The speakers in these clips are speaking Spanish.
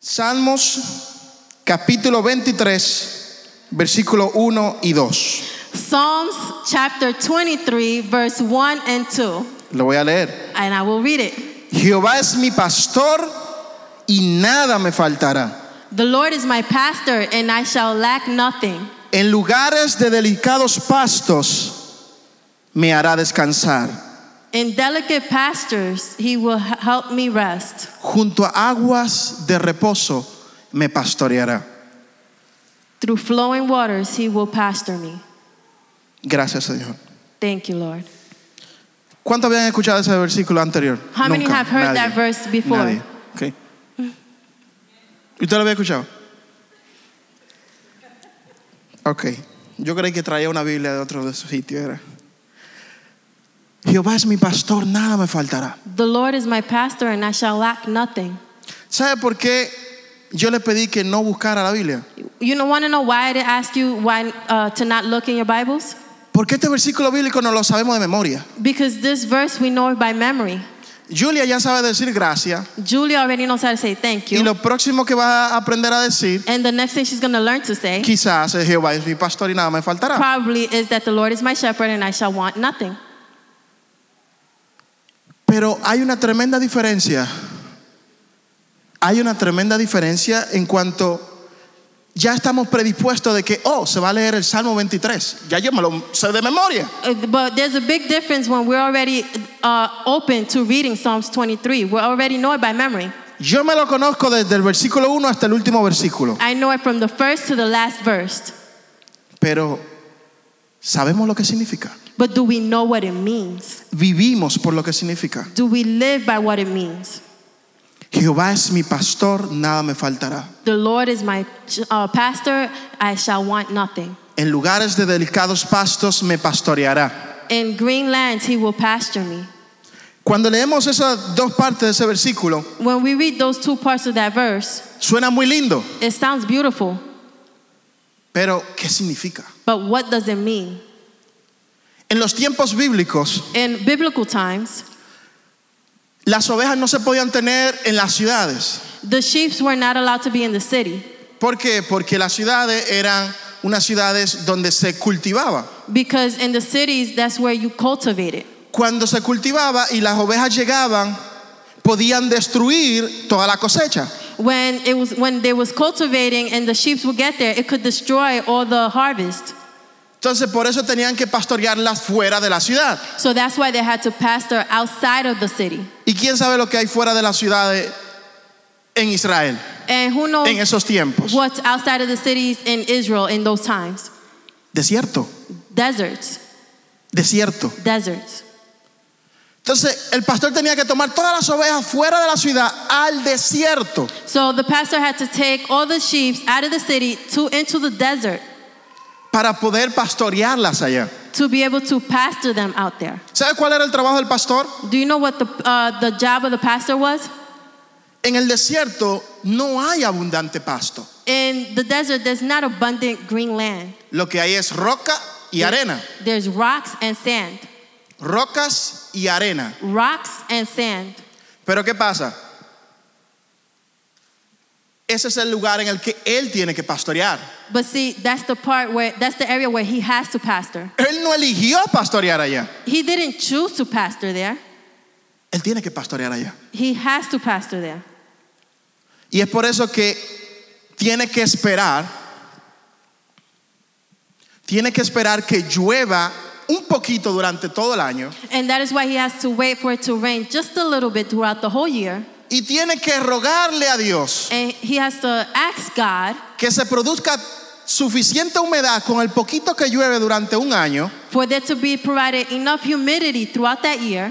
Salmos capítulo 23, versículo 1 y 2. Psalms chapter 23, verse 1 and 2. Lo voy a leer. And I will read it. Jehová es mi pastor y nada me faltará. The Lord is my pastor, and I shall lack nothing. En lugares de delicados pastos me hará descansar. In delicate pastures, he will h- help me rest. Junto a aguas de reposo me pastoreará. Through flowing waters, he will pasture me. Gracias, Señor. Thank you, Lord. ¿Cuántos habían escuchado ese versículo anterior? How many have heard Nadie. that verse before? Nadie. Ok. ¿Usted lo había escuchado? Ok. Yo creí que traía una Biblia de otro de esos sitios. Era. Jehová es mi pastor, nada me faltará. The Lord is my pastor, and I shall lack nothing. ¿Sabe por qué yo le pedí que no buscara la Biblia? You know, want to know why I didn't ask you why uh, to not look in your Bibles? Porque este versículo bíblico no lo sabemos de memoria. Because this verse we know it by memory. Julia ya sabe decir gracias. Julia already knows how to say thank Y you. lo próximo que va a aprender a decir, And the next thing she's going to learn to say quizás, es Jehová es mi pastor y nada me faltará. probably is that the Lord is my shepherd and I shall want nothing. Pero hay una tremenda diferencia. Hay una tremenda diferencia en cuanto ya estamos predispuestos de que, oh, se va a leer el Salmo 23. Ya yo me lo sé de memoria. Uh, But there's a big difference when we're already uh, open to reading Psalms 23. We already know it by memory. Yo me lo conozco desde el versículo 1 hasta el último versículo. I know it from the first to the last verse. Pero sabemos lo que significa. But do we know what it means? Vivimos por lo que significa. Do we live by what it means? Jehová es mi pastor, nada me faltará. The Lord is my uh, pastor, I shall want nothing. En lugares de delicados pastos me pastoreará. In green lands, he will pasture me. Cuando leemos esas dos partes de ese versículo, When we read those two parts of that verse, suena muy lindo. it sounds beautiful, Pero, ¿qué significa? but what does it mean? En los tiempos bíblicos, In biblical times, las ovejas no se podían tener en las ciudades. the sheep were not allowed to be in the city ¿Por qué? Porque las ciudades eran unas ciudades donde se cultivaba. because in the cities, that's where you cultivate it. Cuando se cultivaba y las ovejas llegaban, podían destruir toda la cosecha. When it was when they was cultivating and the sheep would get there, it could destroy all the harvest. Entonces, por eso tenían que pastorearlas fuera de la ciudad. So that's why they had to pastor outside of the city. ¿Y quién sabe lo que hay fuera de las ciudades en Israel And who en knows esos tiempos? what's outside of the cities in Israel in those times? Desierto, Deserts, desierto. deserts. Entonces, el pastor tenía que tomar todas las ovejas fuera de la ciudad al desierto. So the pastor had to take all the sheep out of the city to into the desert para poder pastorearlas allá. to be able to pastor them out there. ¿Sabe cuál era el trabajo del pastor? Do you know what the uh, the job of the pastor was? En el desierto no hay abundante pasto. In the desert, there's not abundant green land. Lo que hay es roca y arena. There's rocks and sand. Rocas y arena. Rocks and sand. Pero ¿qué pasa? Ese es el lugar en el que él tiene que pastorear. But see, that's the part where that's the area where he has to pastor. Él no eligió pastorear allá. He didn't choose to pastor there. Él tiene que pastorear allá. He has to pastor there. Y es por eso que tiene que esperar. Tiene que esperar que llueva un poquito durante todo el año. And that is why he has to wait for it to rain just a little bit throughout the whole year. Y tiene que rogarle a Dios And he has to ask God que se produzca suficiente humedad con el poquito que llueve durante un año for there to be provided enough humidity throughout that year.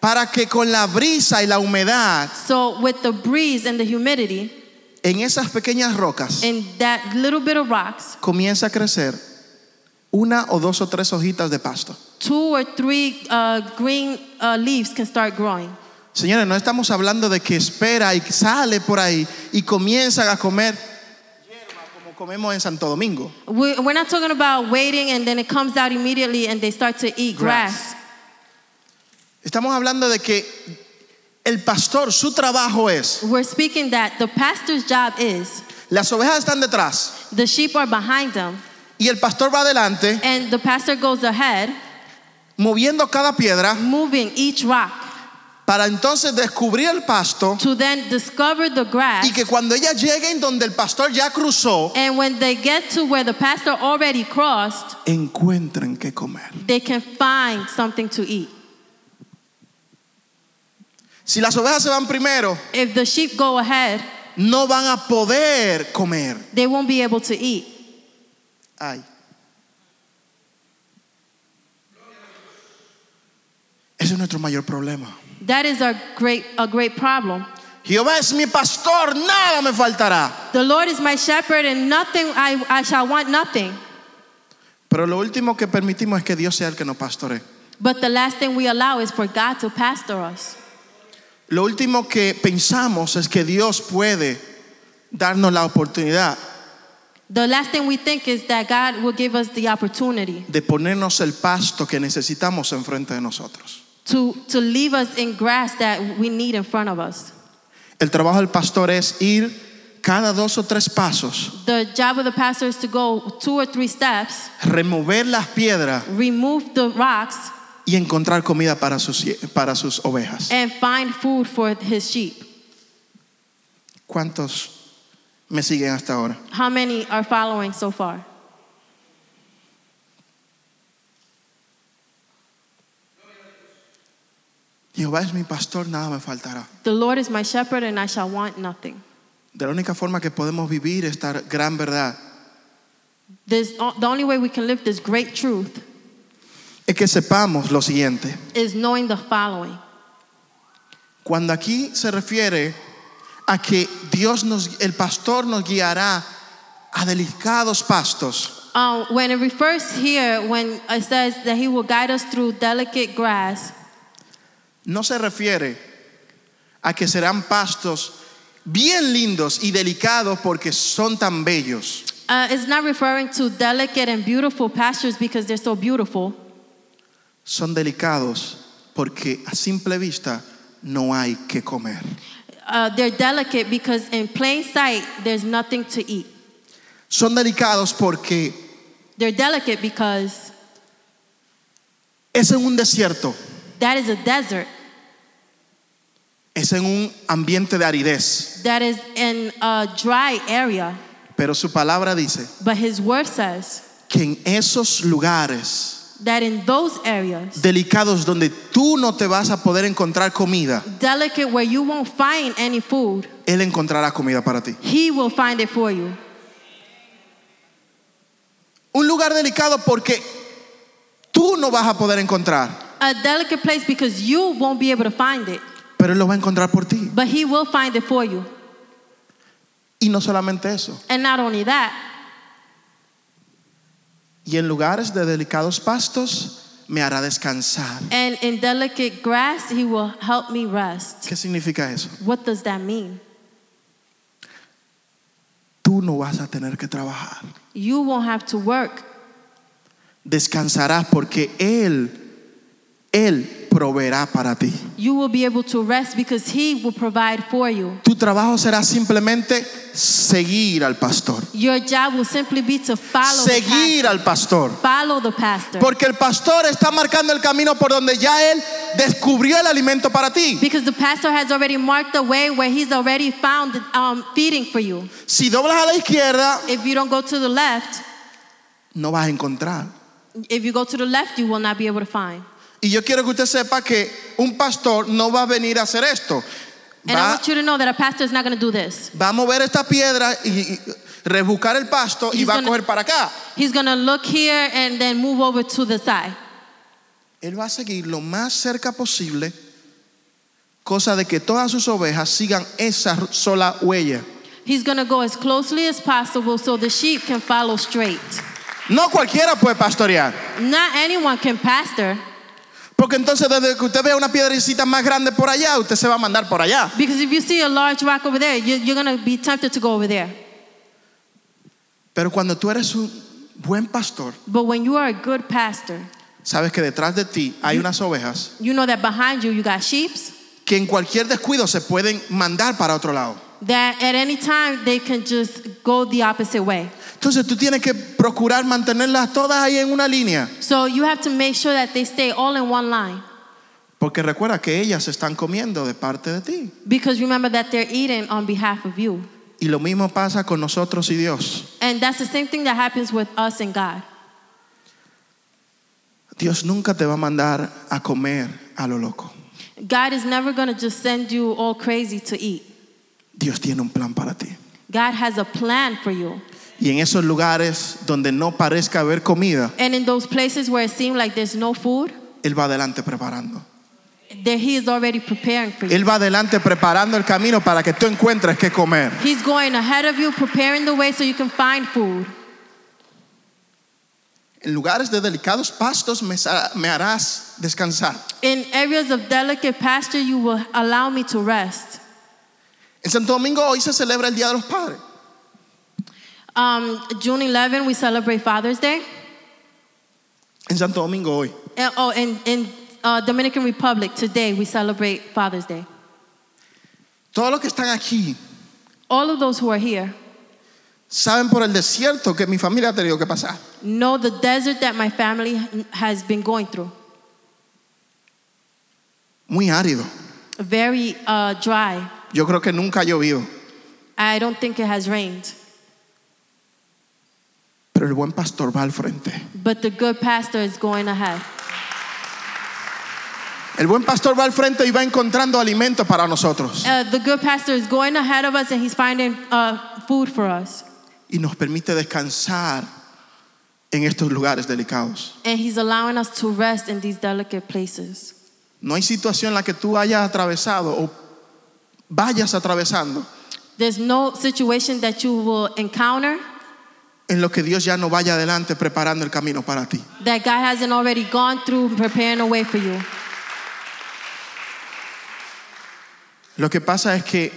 para que con la brisa y la humedad So with the breeze and the humidity en esas pequeñas rocas in that little bit of rocks, comience a crecer una o dos o tres hojitas de pasto. two or three uh, green uh, leaves can start growing. Señores, no estamos hablando de que espera y sale por ahí y comienza a comer hierba como comemos en Santo Domingo. We, we're not talking about waiting and then it comes out immediately and they start to eat Grass. grass. Estamos hablando de que el pastor, su trabajo es, We're speaking that the pastor's job is las ovejas están detrás the sheep are behind them, y el pastor va adelante and the pastor goes ahead, moviendo cada piedra moving each rock para entonces descubrir el pasto to then discover the grass. y que cuando ellas lleguen donde el pastor ya cruzó, And when they get to where the pastor already crossed, encuentren qué comer. they can find something to eat. Si las ovejas se van primero, If the sheep go ahead, no van a poder comer. they won't be able to eat. Ay. Ese es nuestro mayor problema. That is a great, a great problem. Jehová es mi pastor, nada me faltará. The Lord is my shepherd, and nothing I, I shall want nothing. Pero lo último que permitimos es que Dios sea el que nos pastoree. But the last thing we allow is for God to pastor us. Lo último que pensamos es que Dios puede darnos la oportunidad The last thing we think is that God will give us the opportunity de ponernos el pasto que necesitamos enfrente de nosotros. to, to leave us in grass that we need in front of us. El trabajo del pastor es ir cada dos o tres pasos, The job of the pastor is to go two or three steps, remover las piedras remove the rocks, y encontrar comida para sus, para sus ovejas. and find food for his sheep. ¿Cuántos me siguen hasta ahora? How many are following so far? Jehová es mi pastor, nada me faltará. The Lord is my shepherd, and I shall want nothing. De la única forma que podemos vivir esta gran verdad This, the only way we can live this great truth es que sepamos lo siguiente. is knowing the following. Cuando aquí se refiere a que Dios nos, el pastor nos guiará a delicados pastos, Um, when it refers here, when it says that he will guide us through delicate grass, no se refiere a que serán pastos bien lindos y delicados porque son tan bellos. uh, it's not referring to delicate and beautiful pastures because they're so beautiful. son delicados porque a simple vista no hay que comer. Uh, they're delicate because in plain sight, there's nothing to eat. Son delicados porque They're delicate because es en un desierto, that is a desert, es en un ambiente de aridez, that is in a dry area. pero su palabra dice But his word says que en esos lugares that in those areas, delicados donde tú no te vas a poder encontrar comida, delicate where you won't find any food, Él encontrará comida para ti. he will find it for you. Un lugar delicado porque tú no vas a poder encontrar, a delicate place because you won't be able to find it, pero Él lo va a encontrar por ti. but He will find it for you. Y no solamente eso, And not only that, y en lugares de delicados pastos me hará descansar. and in delicate grass, He will help me rest. ¿Qué significa eso? What does that mean? Tú no vas a tener que trabajar. You won't have to work. Descansarás porque Él, Él proveerá para ti. You will be able to rest because He will provide for you. Tu trabajo será simplemente seguir al pastor. Your job will simply be to follow the Seguir pastor. al pastor. Follow the pastor. Porque el pastor está marcando el camino por donde ya Él descubrió el alimento para ti. Because the pastor has already marked the way where he's already found um, feeding for you. Si doblas a la izquierda, If you don't go to the left, no vas a encontrar. if you go to the left, you will not be able to find. Y yo quiero que usted sepa que un pastor no va a venir a hacer esto. And I Va, want you to know that a pastor is not going to do this. va a mover esta piedra y, y rebuscar el pasto y He's va a gonna- coger para acá. He's going to look here and then move over to the side. Él va a seguir lo más cerca posible, cosa de que todas sus ovejas sigan esa ru- sola huella. He's going to go as closely as possible so the sheep can follow straight. No cualquiera puede pastorear, Not anyone can pastor porque entonces desde que usted vea una piedrecita más grande por allá, usted se va a mandar por allá. because if you see a large rock over there, you- you're going to be tempted to go over there. Pero cuando tú eres un buen pastor, But when you are a good pastor, sabes que detrás de ti hay unas ovejas you know that behind you you got sheep que en cualquier descuido se pueden mandar para otro lado. that at any time they can just go the opposite way. Entonces tú tienes que procurar mantenerlas todas ahí en una línea, So you have to make sure that they stay all in one line porque recuerda que ellas se están comiendo de parte de ti. because remember that they're eating on behalf of you. Y lo mismo pasa con nosotros y Dios. And that's the same thing that happens with us and God. Dios nunca te va a mandar a comer a lo loco. God is never going to just send you all crazy to eat. Dios tiene un plan para ti. God has a plan for you. Y en esos lugares donde no parezca haber comida, And in those places where it seems like there's no food, Él va adelante preparando. there he is already preparing for you. Él va adelante preparando el camino para que tú encuentres qué comer. He's going ahead of you, preparing the way so you can find food. En lugares de delicados pastos me, sa- me harás descansar. In areas of delicate pasture, you will allow me to rest. En Santo Domingo hoy se celebra el Día de los Padres. Um, June 11, we celebrate Father's Day. En Santo Domingo hoy. And, oh, and in uh, Dominican Republic today, we celebrate Father's Day. Todos los que están aquí All of those who are here saben por el desierto que mi familia ha tenido que pasar. know the desert that my family has been going through. Muy árido. Very uh, dry. Yo creo que nunca ha llovido. I don't think it has rained. Pero el buen pastor va al frente. But the good pastor is going ahead. El buen pastor va al frente y va encontrando alimento para nosotros. Uh, the good pastor is going ahead of us and he's finding uh, food for us. Y nos permite descansar en estos lugares delicados. And he's allowing us to rest in these delicate places. No hay situación en la que tú hayas atravesado o vayas atravesando There's no situation that you will encounter en lo que Dios ya no vaya adelante preparando el camino para ti. that God hasn't already gone through preparing a way for you. Lo que pasa es que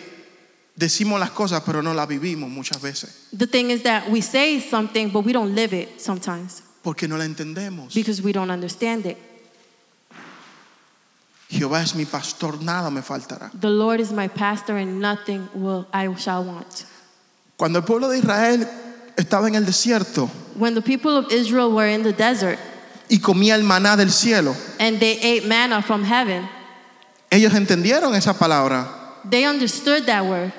decimos las cosas pero no las vivimos muchas veces The thing is that we say something, but we don't live it sometimes porque no la entendemos. because we don't understand it. Jehová es mi pastor, nada me faltará. The Lord is my pastor, and nothing will I shall want. Cuando el pueblo de Israel estaba en el desierto When the people of Israel were in the desert y comía el maná del cielo, and they ate manna from heaven, ellos entendieron esa palabra they understood that word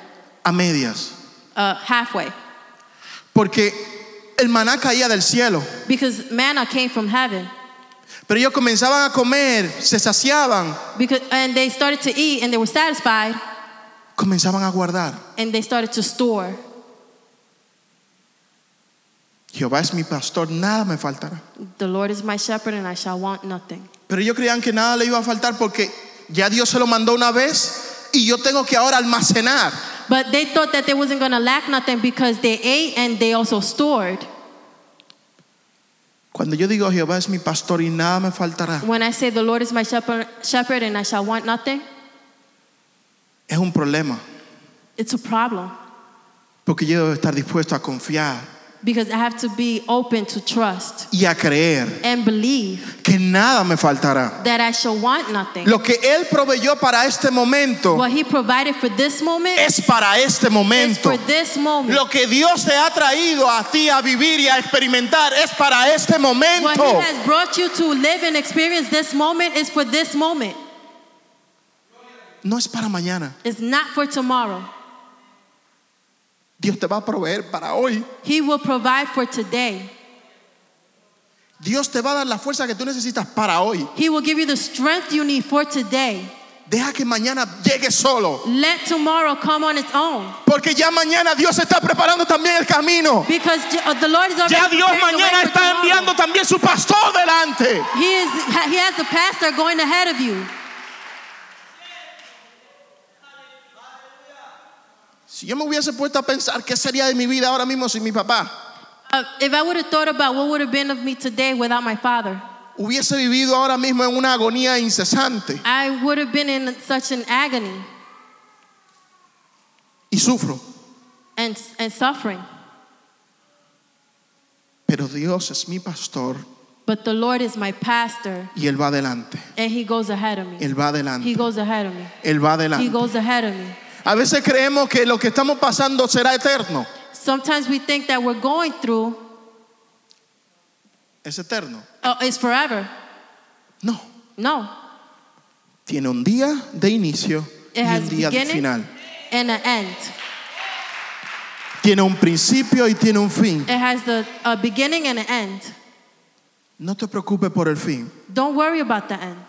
a medias, uh, halfway porque el maná caía del cielo, because manna came from heaven. pero ellos comenzaban a comer, se saciaban, Because, and they started to eat and they were satisfied comenzaban a guardar. and they started to store. Jehová es mi pastor, nada me faltará. The Lord is my shepherd, and I shall want nothing. Pero ellos creían que nada le iba a faltar porque ya Dios se lo mandó una vez y yo tengo que ahora almacenar. But they thought that they wasn't going to lack nothing because they ate and they also stored. Cuando yo digo Jehová es mi pastor y nada me faltará, When I say the Lord is my shepherd, shepherd and I shall want nothing, es un problema it's a problem porque yo debo estar dispuesto a confiar because I have to be open to trust y a creer and believe que nada me faltará. that I shall want nothing. Lo que Él proveyó para este momento What He provided for this moment es para este is momento. for this moment. Lo que Dios te ha traído a ti a vivir y a experimentar es para este What momento. He has brought you to live and experience this moment is for this moment. No es para mañana. It's not for tomorrow. Dios te va a proveer para hoy. He will provide for today. Dios te va a dar la fuerza que tú necesitas para hoy. He will give you the strength you need for today. Deja que mañana llegue solo. Let tomorrow come on its own. Porque ya mañana Dios está preparando también el camino. Because uh, the Lord is already Ya Dios preparing the way mañana for está tomorrow. enviando también su pastor delante. He is he has the pastor going ahead of you. Si yo me hubiese puesto a pensar qué sería de mi vida ahora mismo sin mi papá, Uh, if I would have thought about what would have been of me today without my father, hubiese vivido ahora mismo en una agonía incesante. I would have been in such an agony Y sufro. and and suffering. Pero Dios es mi pastor But the Lord is my pastor, y Él va adelante. and He goes ahead of me. Él va He adelante. goes ahead of me. Él va He adelante. goes ahead of me. A veces creemos que lo que estamos pasando será eterno. Sometimes we think that we're going through ¿Es eterno? uh, is forever. No. No, Tiene un día de inicio y un it has día de beginning final. and an end. Tiene un principio y tiene un fin. It has the a beginning and an end. No te preocupes por el fin, Don't worry about the end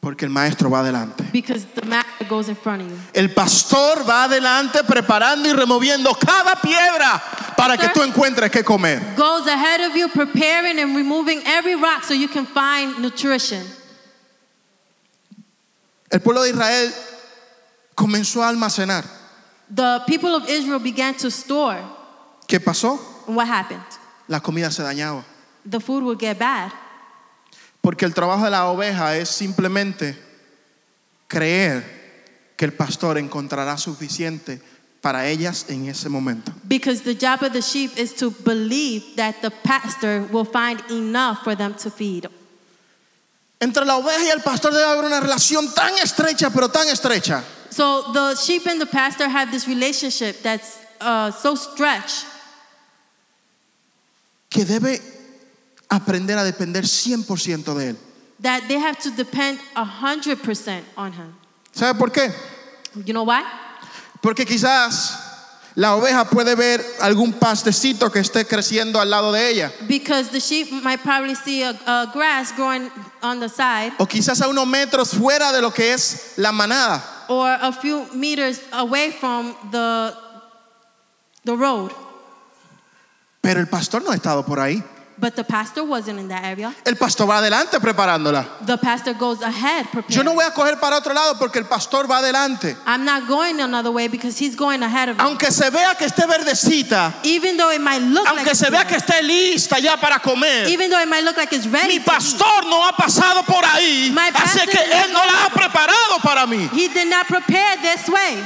porque el maestro va adelante. because the master goes in front of you. El pastor va adelante preparando y removiendo cada piedra para que Pastor. tú encuentres qué comer. Goes ahead of you, preparing and removing every rock so you can find nutrition. El pueblo de Israel comenzó a almacenar. The people of Israel began to store. ¿Qué pasó? And what happened? La comida se dañaba. The food would get bad Porque el trabajo de la oveja es simplemente creer que el pastor encontrará suficiente para ellas en ese momento. because the job of the sheep is to believe that the pastor will find enough for them to feed. Entre la oveja y el pastor debe haber una relación tan estrecha, pero tan estrecha, So the sheep and the pastor have this relationship that's uh, so stretched que debe aprender a depender 100% de él. that they have to depend 100% on him. ¿Sabe por qué? You know why? Porque quizás la oveja puede ver algún pastecito que esté creciendo al lado de ella. Because the sheep might probably see a, a grass growing on the side O quizás a unos metros fuera de lo que es la manada. or a few meters away from the, the road. Pero el pastor no ha estado por ahí. But the pastor wasn't in that area. El pastor va adelante preparándola. The pastor goes ahead Yo preparing. no voy a coger para otro lado porque el pastor va adelante. I'm not going another way because he's going ahead of me. Aunque se vea que esté verdecita, Even though it might look like aunque it's se vea que dead, esté lista ya para comer, even though it might look like it's mi ready, to eat, pastor no ha pasado por ahí. My Así pastor que is él no la ha preparado para mí. he did not prepare this way.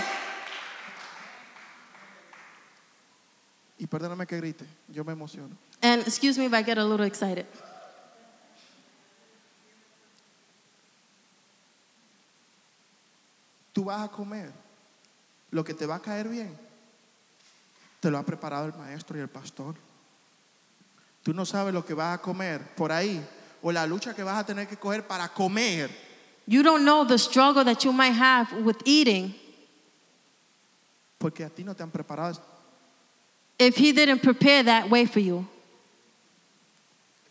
Y perdóname que grite, yo me emociono. And excuse me if I get a little excited. Tú vas a comer lo que te va a caer bien. Te lo ha preparado el maestro y el pastor. Tú no sabes lo que vas a comer por ahí o la lucha que vas a tener que coger para comer. You don't know the struggle that you might have with eating Porque a ti no te han preparado. if he didn't prepare that way for you.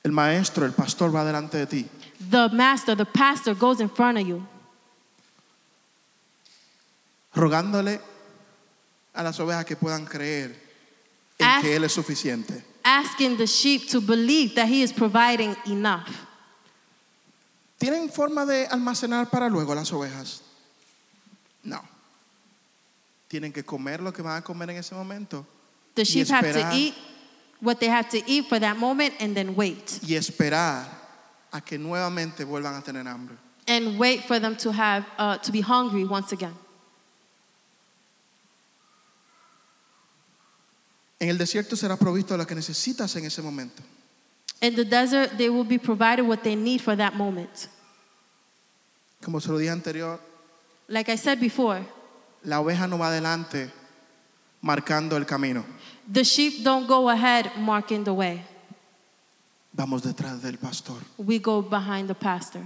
El maestro, el pastor va delante de ti. The master, the pastor goes in front of you, rogándole a las ovejas que puedan creer en Haz- que Él es suficiente. asking the sheep to believe that he is providing enough. ¿Tienen forma de almacenar para luego las ovejas? No. Tienen que comer lo que van a comer en ese momento The sheep have to esperar. eat what they have to eat for that moment and then wait. y esperar a que nuevamente vuelvan a tener hambre. And wait for them to have uh, to be hungry once again. En el desierto será provisto lo que necesitas en ese momento. In the desert, they will be provided what they need for that moment. Como se lo dije anterior, Like I said before, la oveja no va adelante marcando el camino. the sheep don't go ahead marking the way. Vamos detrás del pastor, We go behind the pastor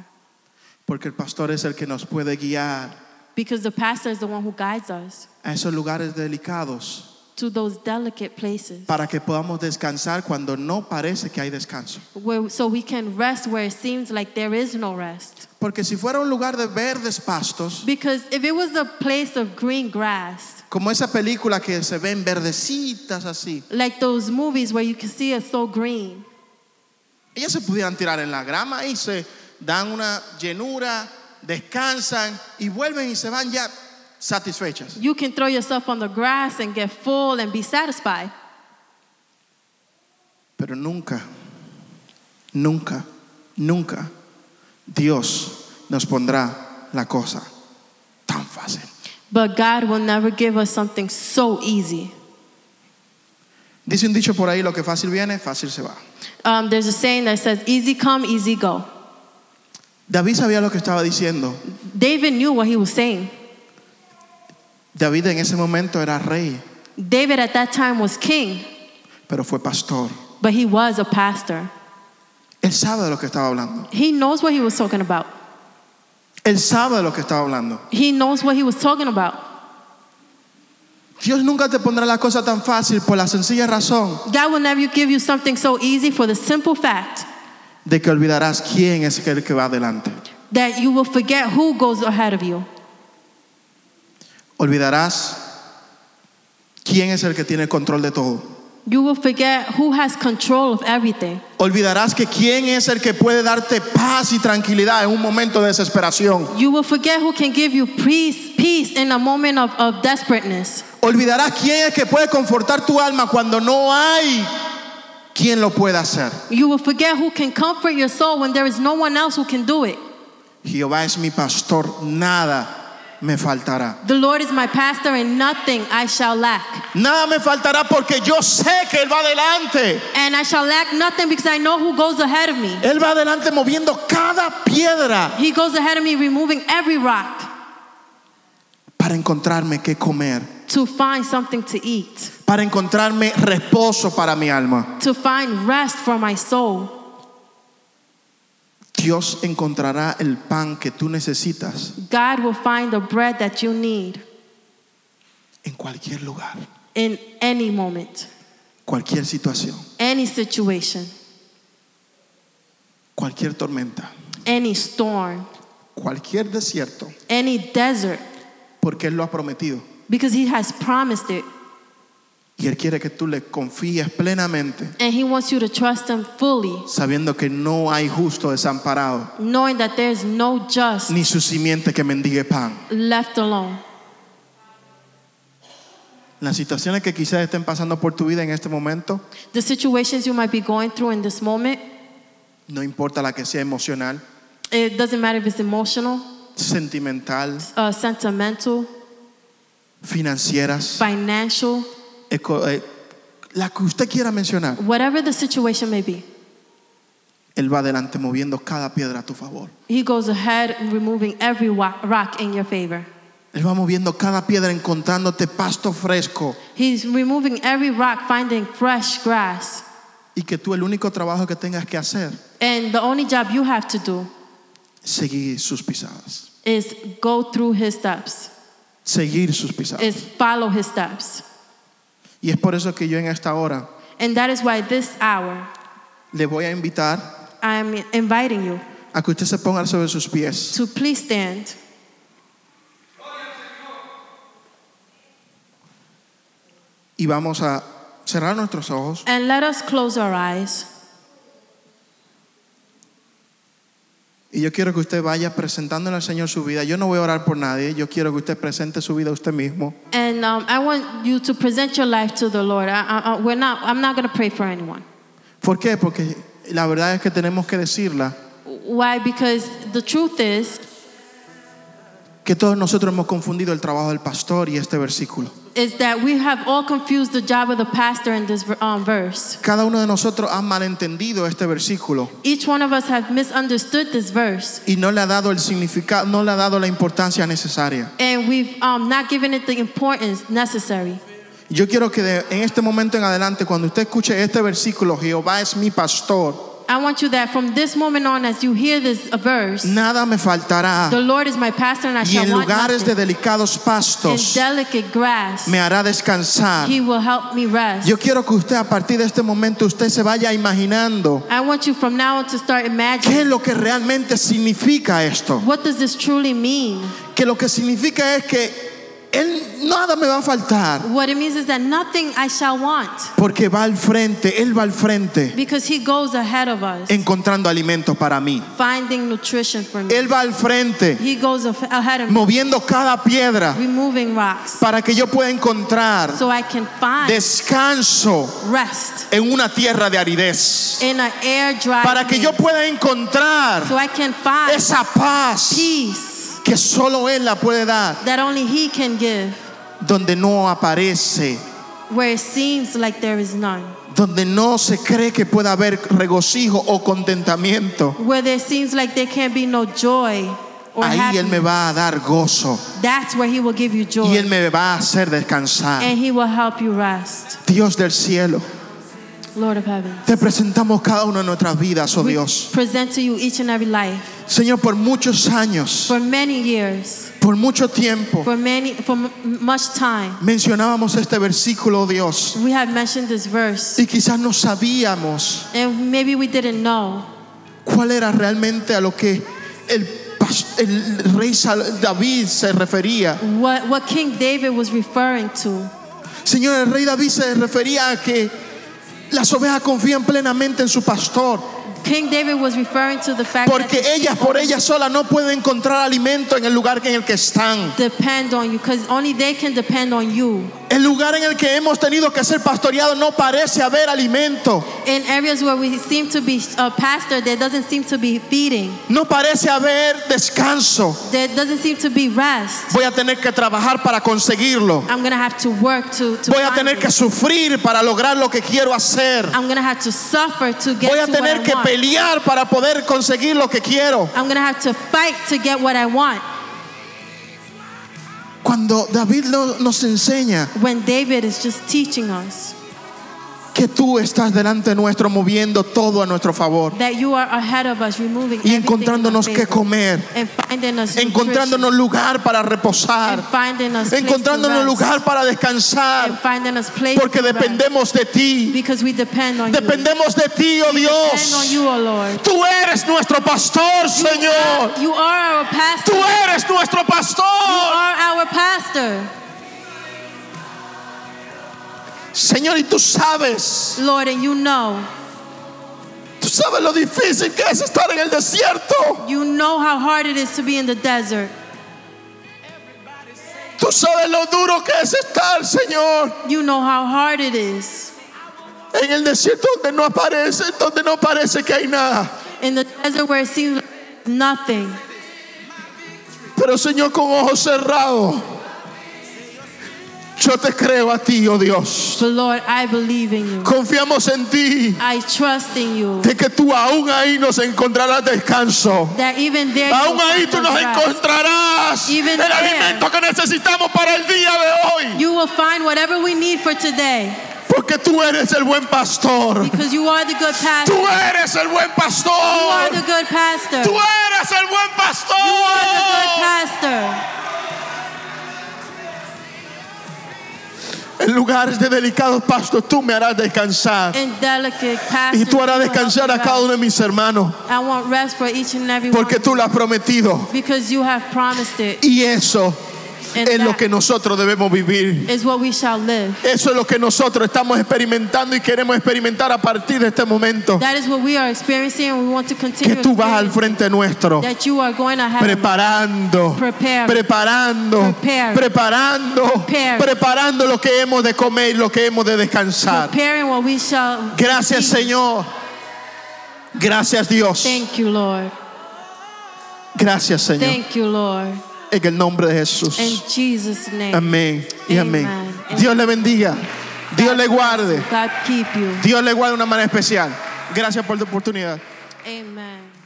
porque el pastor es el que nos puede guiar because the pastor is the one who guides us a esos lugares delicados to those delicate places para que podamos descansar cuando no parece que hay descanso. where, so we can rest where it seems like there is no rest. Porque si fuera un lugar de verdes pastos, Because if it was a place of green grass, como esa película que se ven verdecitas así, like those movies where you can see it so green, ellas se pudieran tirar en la grama y se dan una llenura, descansan y vuelven y se van ya satisfechas. you can throw yourself on the grass and get full and be satisfied. Pero nunca, nunca, nunca Dios nos pondrá la cosa tan fácil. But God will never give us something so easy. Dice un dicho por ahí, lo que fácil viene, fácil se va. Um, there's a saying that says, easy come, easy go. David sabía lo que estaba diciendo. David knew what he was saying. David en ese momento era rey, David at that time was king, pero fue pastor. but he was a pastor. Él sabe de lo que estaba hablando. He knows what he was talking about. Él sabe de lo que estaba hablando. He knows what he was talking about. Dios nunca te pondrá la cosa tan fácil por la sencilla razón God will never give you something so easy for the simple fact de que olvidarás quién es el que va adelante. that you will forget who goes ahead of you. Olvidarás quién es el que tiene el control de todo. You will forget who has control of everything. Olvidarás que quién es el que puede darte paz y tranquilidad en un momento de desesperación. You will forget who can give you peace, peace in a moment of, of desperateness. Olvidarás quién es el que puede confortar tu alma cuando no hay quien lo pueda hacer. You will forget who can comfort your soul when there is no one else who can do it. Jehová es mi pastor, nada me faltará. The Lord is my pastor, and nothing I shall lack. Nada me faltará porque yo sé que Él va adelante. And I shall lack nothing because I know who goes ahead of me. Él va adelante moviendo cada piedra He goes ahead of me, removing every rock para encontrarme qué comer, to find something to eat, para encontrarme reposo para mi alma. to find rest for my soul. Dios encontrará el pan que tú necesitas God will find the bread that you need en cualquier lugar, in any moment, cualquier situación, any situation, cualquier tormenta, any storm, cualquier desierto, any desert, porque Él lo ha prometido. because He has promised it. Y Él quiere que tú le confíes plenamente, And He wants you to trust Him fully, sabiendo que no hay justo desamparado, knowing that there is no just ni su simiente que mendigue pan. left alone. Las situaciones que quizás estén pasando por tu vida en este momento, The situations you might be going through in this moment, no importa la que sea emocional, it doesn't matter if it's emotional, sentimental, uh, sentimental, financieras, financial, eco- eh, la que usted quiera mencionar, whatever the situation may be. Él va adelante moviendo cada piedra a tu favor. He goes ahead removing every wa- rock in your favor. Él va moviendo cada piedra encontrándote pasto fresco He's removing every rock, finding fresh grass. y que tú el único trabajo que tengas que hacer, And the only job you have to do seguir sus pisadas, is go through his steps, seguir sus pisadas. is follow his steps. Y es por eso que yo en esta hora And that is why this hour le voy a invitar I'm inviting you a que usted se ponga sobre sus pies. to please stand. y vamos a cerrar nuestros ojos And let us close our eyes. y yo quiero que usted vaya presentándole al Señor su vida. Yo no voy a orar por nadie, yo quiero que usted presente su vida a usted mismo. And um, I want you to present your life to the Lord. I, I, I- we're not, I'm not going to pray for anyone. ¿Por qué? Porque la verdad es que tenemos que decirla Why? Because the truth is, que todos nosotros hemos confundido el trabajo del pastor y este versículo. is that we have all confused the job of the pastor in this um, verse. Cada uno de nosotros ha malentendido este versículo Each one of us have misunderstood this verse, y no le ha dado el significado, no le ha dado la importancia necesaria. and we've um, not given it the importance necessary. Yo quiero que de- en este momento en adelante, cuando usted escuche este versículo, Jehová es mi pastor, I want you that from this moment on, as you hear this uh, verse, nada me faltará. the Lord is my pastor, and I y shall en want lugares de nothing. delicados In pastos delicate grass, me hará descansar. He will help me rest. Yo quiero que usted a partir de este momento usted se vaya imaginando I want you from now on to start qué es imagining lo que realmente significa esto. what does this truly mean. Que lo que significa es que él nada me va a faltar What it means is that nothing I shall want, porque va al frente, él va al frente because He goes ahead of us, encontrando alimento para mí. finding nutrition for me. Él va al frente He goes af- ahead of me, moviendo cada piedra removing rocks, para que yo pueda encontrar so I can find descanso rest en una tierra de aridez. in an air dry. Para que yo place, pueda encontrar so I can find esa paz peace que solo Él la puede dar, that only He can give, donde no aparece where it seems like there is none, donde no se cree que pueda haber regocijo o contentamiento, where there seems like there can be no joy or ahí Él me happiness. va a dar gozo That's where He will give you y joy Él me va a hacer descansar. and He will help you rest. Dios del cielo, Lord of heaven, te presentamos cada una de nuestras vidas, oh we Dios. present to you each and every life Señor, por muchos años, for many years, por mucho tiempo, for many, for m- much time. mencionábamos este versículo, oh Dios, We have mentioned this verse, y quizás no sabíamos and maybe we didn't know cuál era realmente a lo que el, pas- el rey Sal- David se refería. what, what King David was referring to. Señor, el rey David se refería a que las ovejas confían plenamente en su pastor, King David was referring to the fact porque that ellas por ellas solas no pueden encontrar alimento en el lugar en el que están. they depend on you, because only they can depend on you. El lugar en el que hemos tenido que ser pastoreados no parece haber alimento, In areas where we seem to be uh, pastor, there doesn't seem to be feeding. no parece haber descanso. There doesn't seem to be rest. Voy a tener que trabajar para conseguirlo. I'm gonna have to work to, to Voy a find tener it. que sufrir para lograr lo que quiero hacer. I'm gonna have to suffer to get Voy a to tener what que I want. pelear para poder conseguir lo que quiero. I'm gonna have to fight to get what I want. Cuando David lo- nos enseña When David is just teaching us que tú estás delante nuestro moviendo todo a nuestro favor that you are ahead of us, removing y everything in our encontrándonos favor, que comer, and finding us encontrándonos lugar para nutrition, and reposar, finding us place to encontrándonos rest, lugar para and descansar, finding us place porque to rest, dependemos de ti. because we depend on you. Dependemos de ti, oh Depend on Dios. you, O Lord. Tú eres nuestro pastor, Señor. You are our pastor. Tú eres nuestro You pastor. are our pastor, Señor, y tú sabes, Lord, and you know. tú sabes lo difícil que es estar en el desierto. You know how hard it is to be in the desert. Tú sabes lo duro que es estar, Señor. You know how hard it is. En el desierto donde no aparece, donde no parece que hay nada. In the desert where it seems like nothing. Pero Señor, con ojos cerrados, yo te creo a ti, oh Dios. But Lord, I believe in you. Confiamos en ti, I trust in you. de que tú aún ahí nos encontrarás descanso. That even there, you Aún will ahí find tú us nos rest. encontrarás Even el there. alimento que necesitamos para el día de hoy. You will find whatever we need for today. Porque tú eres el buen pastor. Because you are the good pastor. Tú eres el buen You are the pastor. good pastor. Tú eres el buen pastor. You are the good pastor. En lugares de delicados pastos tú me harás descansar. And delicate pastor. Y tú harás you will descansar a help me cada rest. uno de mis hermanos. I want rest for each and every Porque one. tú lo has prometido. Because you have promised it. Y eso And es lo that que nosotros debemos vivir. is what we shall live. Eso es lo que nosotros estamos experimentando y queremos experimentar a partir de este momento. That is what we are experiencing and we want to continue Que tú vas al experiencing. frente nuestro. That you are going ahead. of us. Preparando, Prepare. preparando, Prepare. preparando, Prepare. preparando lo que hemos de comer y lo que hemos de descansar. Preparing what we shall. Gracias eat. Señor. Gracias Dios. Thank you, Lord. Gracias Señor. Thank you, Lord. En el nombre de Jesús. In Jesus' name. Amén y amén. Amen. Dios le bendiga. Dios le guarde. God keep you. Dios le guarde de una manera especial. Gracias por tu oportunidad. Amen.